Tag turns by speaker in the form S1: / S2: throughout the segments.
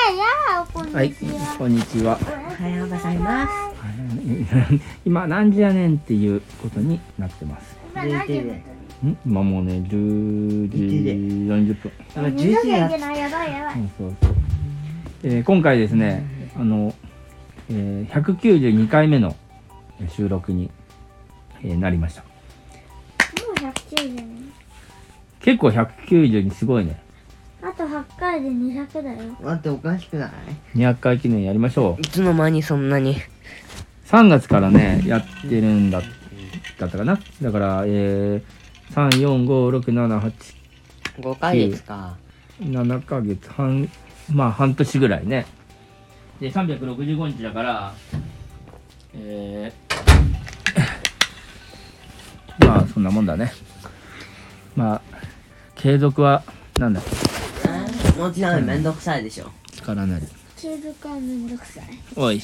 S1: はい、こんにちは。
S2: おはようございます。
S1: 今何時やねんっていうことになってます。
S2: 11時で
S1: ん今もうね、10時40分。
S2: す。あの11時や。
S1: うんそうそう。えー今回ですね、あの、えー192回目の収録に、えーなりました。
S3: もう190ね。
S1: 結構192すごいね。
S3: あと8回で200だよ。
S2: 待っておかしくない
S1: 200回記念やりましょう
S2: い。つの間にそんなに。
S1: 3月からね、やってるんだ、だったかな。だから、えー、3、4、5、6、7、8、
S2: 5ヶ月か。
S1: 7ヶ月半まあ半年ぐらいねで365日だからえー、 まあそんなもんだねまあ継続はなんだ
S2: もちろんめんどくさいでしょ。
S1: 力なり
S3: 継続はめんどくさい。
S1: おい、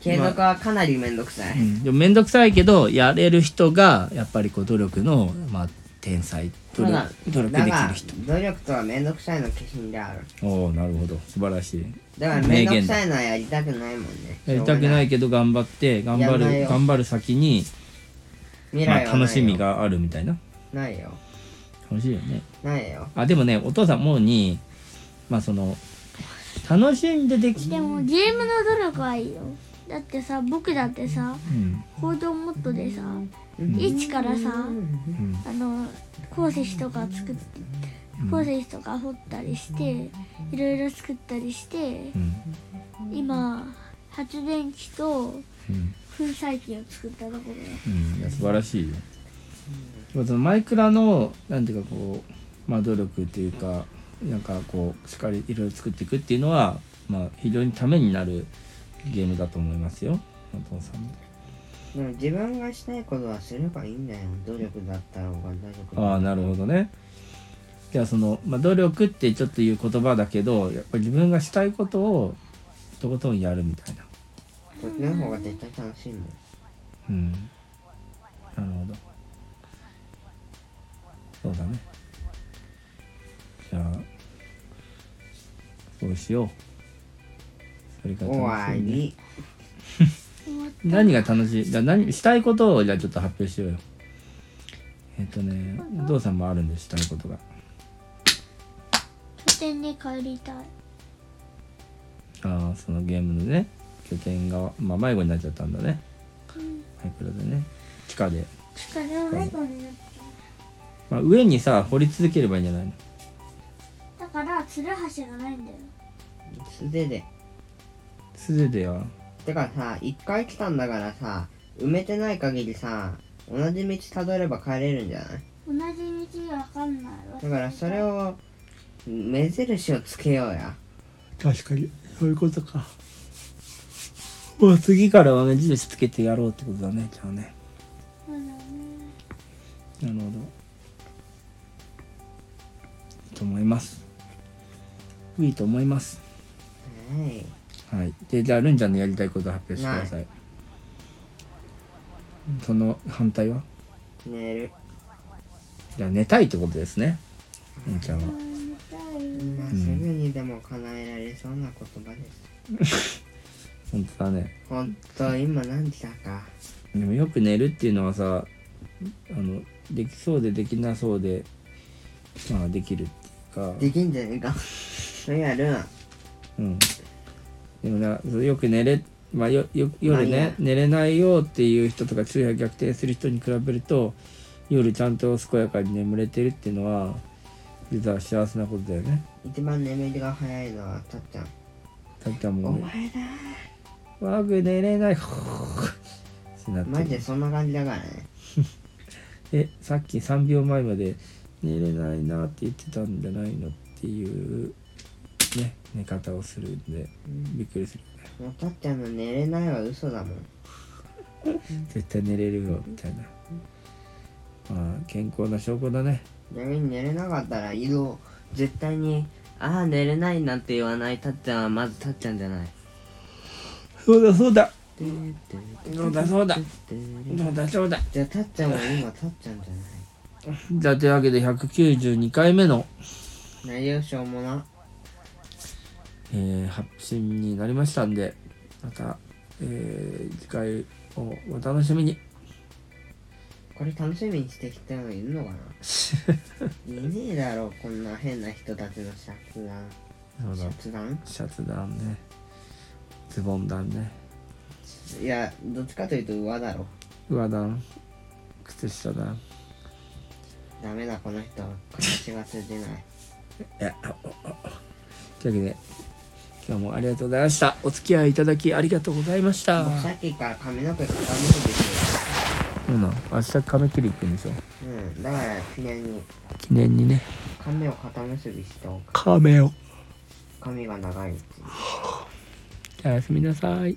S2: 継続はかなりめんどくさ
S1: う
S2: い。
S1: ん、でも面倒くさいけどやれる人がやっぱりこう努力のまあ天才努
S2: ただ
S1: 力、努力で
S2: だ
S1: き
S2: が
S1: る人、
S2: 努力とはめんどくさいの化身である。
S1: おおなるほど素晴らしい
S2: だからめんどくさいのはやりたくないもんね。
S1: やりたくない
S2: い。
S1: けど頑張って頑
S2: や
S1: 張
S2: んない
S1: る
S2: よ
S1: 頑張る先に、
S2: 未
S1: まあ、
S2: 来はないよ
S1: 楽しみ。があるみたいな
S2: ないよ。
S1: 楽しいよね
S2: ないよ。
S1: あでもねお父さんもうにまあその楽しんででき
S3: でもゲームの努力はいいよ。だってさ、僕だってさ、
S1: うん
S3: 報道モッドでさ、一からさ、
S1: うん
S3: あの、鉱石とか作って、鉱石とか掘ったりして、いろいろ作ったりして
S1: う、ん
S3: 今、発電機と
S1: うん
S3: 粉砕機を作ったところだよ
S1: うんいや素晴らしいよまあそのマイクラのなんていうかこうまあ努力というかなんかこうしっかりいろいろ作っていくっていうのはまあ非常にためになるゲームだと思いますよお父さんも
S2: でも自分がしたいことはすればいいんだよ。努力だったらお金努力
S1: ああなるほどねじゃあその、まあ、努力ってちょっという言葉だけどやっぱり自分がしたいことをとことんやるみたいな
S2: こっちの方が絶対楽しいもん。
S1: うんなるほどそうだねじゃあそうしようそれが
S2: 終わ
S1: 楽しいね
S2: り。
S1: 何が楽しいじゃあ何したいことをじゃあちょっと発表しようよえっとねお父さんもあるんでしたいことが
S3: 拠点に帰りたい。
S1: ああそのゲームのね拠点が、まあ、迷子になっちゃったんだねマイクラでね地下で、
S3: 力はないかね。
S1: まあ、上にさ掘り続ければいいんじゃないの
S3: だから、つるはしがないんだよ。
S2: 素手で。
S1: 素手では
S2: てかさ、一回来たんだからさ、埋めてない限りさ、同じ道たどれば帰れるんじゃない
S3: 同じ道がわかんないわ
S2: だからそれを、目印をつけようや。
S1: 確かにそういうことかもう次からはね印つけてやろうってことだねじゃあね
S3: うん
S1: なるほどいいと思いますいいと思います
S2: はい。
S1: はい、でじゃあるんちゃんのやりたいことを発表してください、その反対は
S2: 寝る。
S1: じゃあ寝たいってことですねるんちゃんは
S2: まあ、すぐにでも叶えられそうな言葉です。
S1: 本当だね
S2: ほんと、今何時だか。
S1: でもよく寝るっていうのはさあのできそうでできなそうでまあできるっていうか
S2: できんじゃねえか。それやるな。
S1: うんでもなそうよく寝れまあよよ夜
S2: まあいい
S1: ね
S2: や
S1: 寝れないよっていう人とか昼夜逆転する人に比べると夜ちゃんと健やかに眠れてるっていうのは実は幸せなことだよね
S2: 一番眠りが早いのはたっちゃん。
S1: たったも
S2: お
S1: んね
S2: 前だ
S1: ワグ寝れないってなってる
S2: マジでそんな感じだからね。
S1: えさっき3秒前まで寝れないなって言ってたんじゃないのっていうね寝方をするんでびっくりするよね
S2: もうたっちゃんの寝れないは嘘だもん。
S1: 絶対寝れるよみたいなまあ健康な証拠だね
S2: ちなみに寝れなかったら移動絶対にああ寝れないなんて言わないたっちゃんはまずたっちゃんじゃない
S1: そうだそうだそうだそうだそうだそうだ
S2: じゃあたっちゃんは今たっちゃんじゃ
S1: じゃあというわけで192回目の
S2: ない内容しょうもな
S1: えー発信になりましたんでまた、えー次回をお楽しみに
S2: これ楽しみにしてきたのいるのかないねえだろこんな変な人たちの切断
S1: そうだ
S2: 切断
S1: シャツだねズボンだね
S2: いやどっちかというと上だろ
S1: 上だ靴下だ
S2: ダメだこの人話が通じない
S1: いやあおおおというわけで今日もありがとうございましたお付き合いいただきありがとうございました
S2: 僕さっきから髪の毛傾けてき
S1: そうなの明日髪切り行くんでしょ
S2: てるうんだから記念に
S1: 記念にね
S2: 髪を肩結びしておく
S1: 亀を
S2: 髪が長いうちに
S1: じゃあおやすみなさい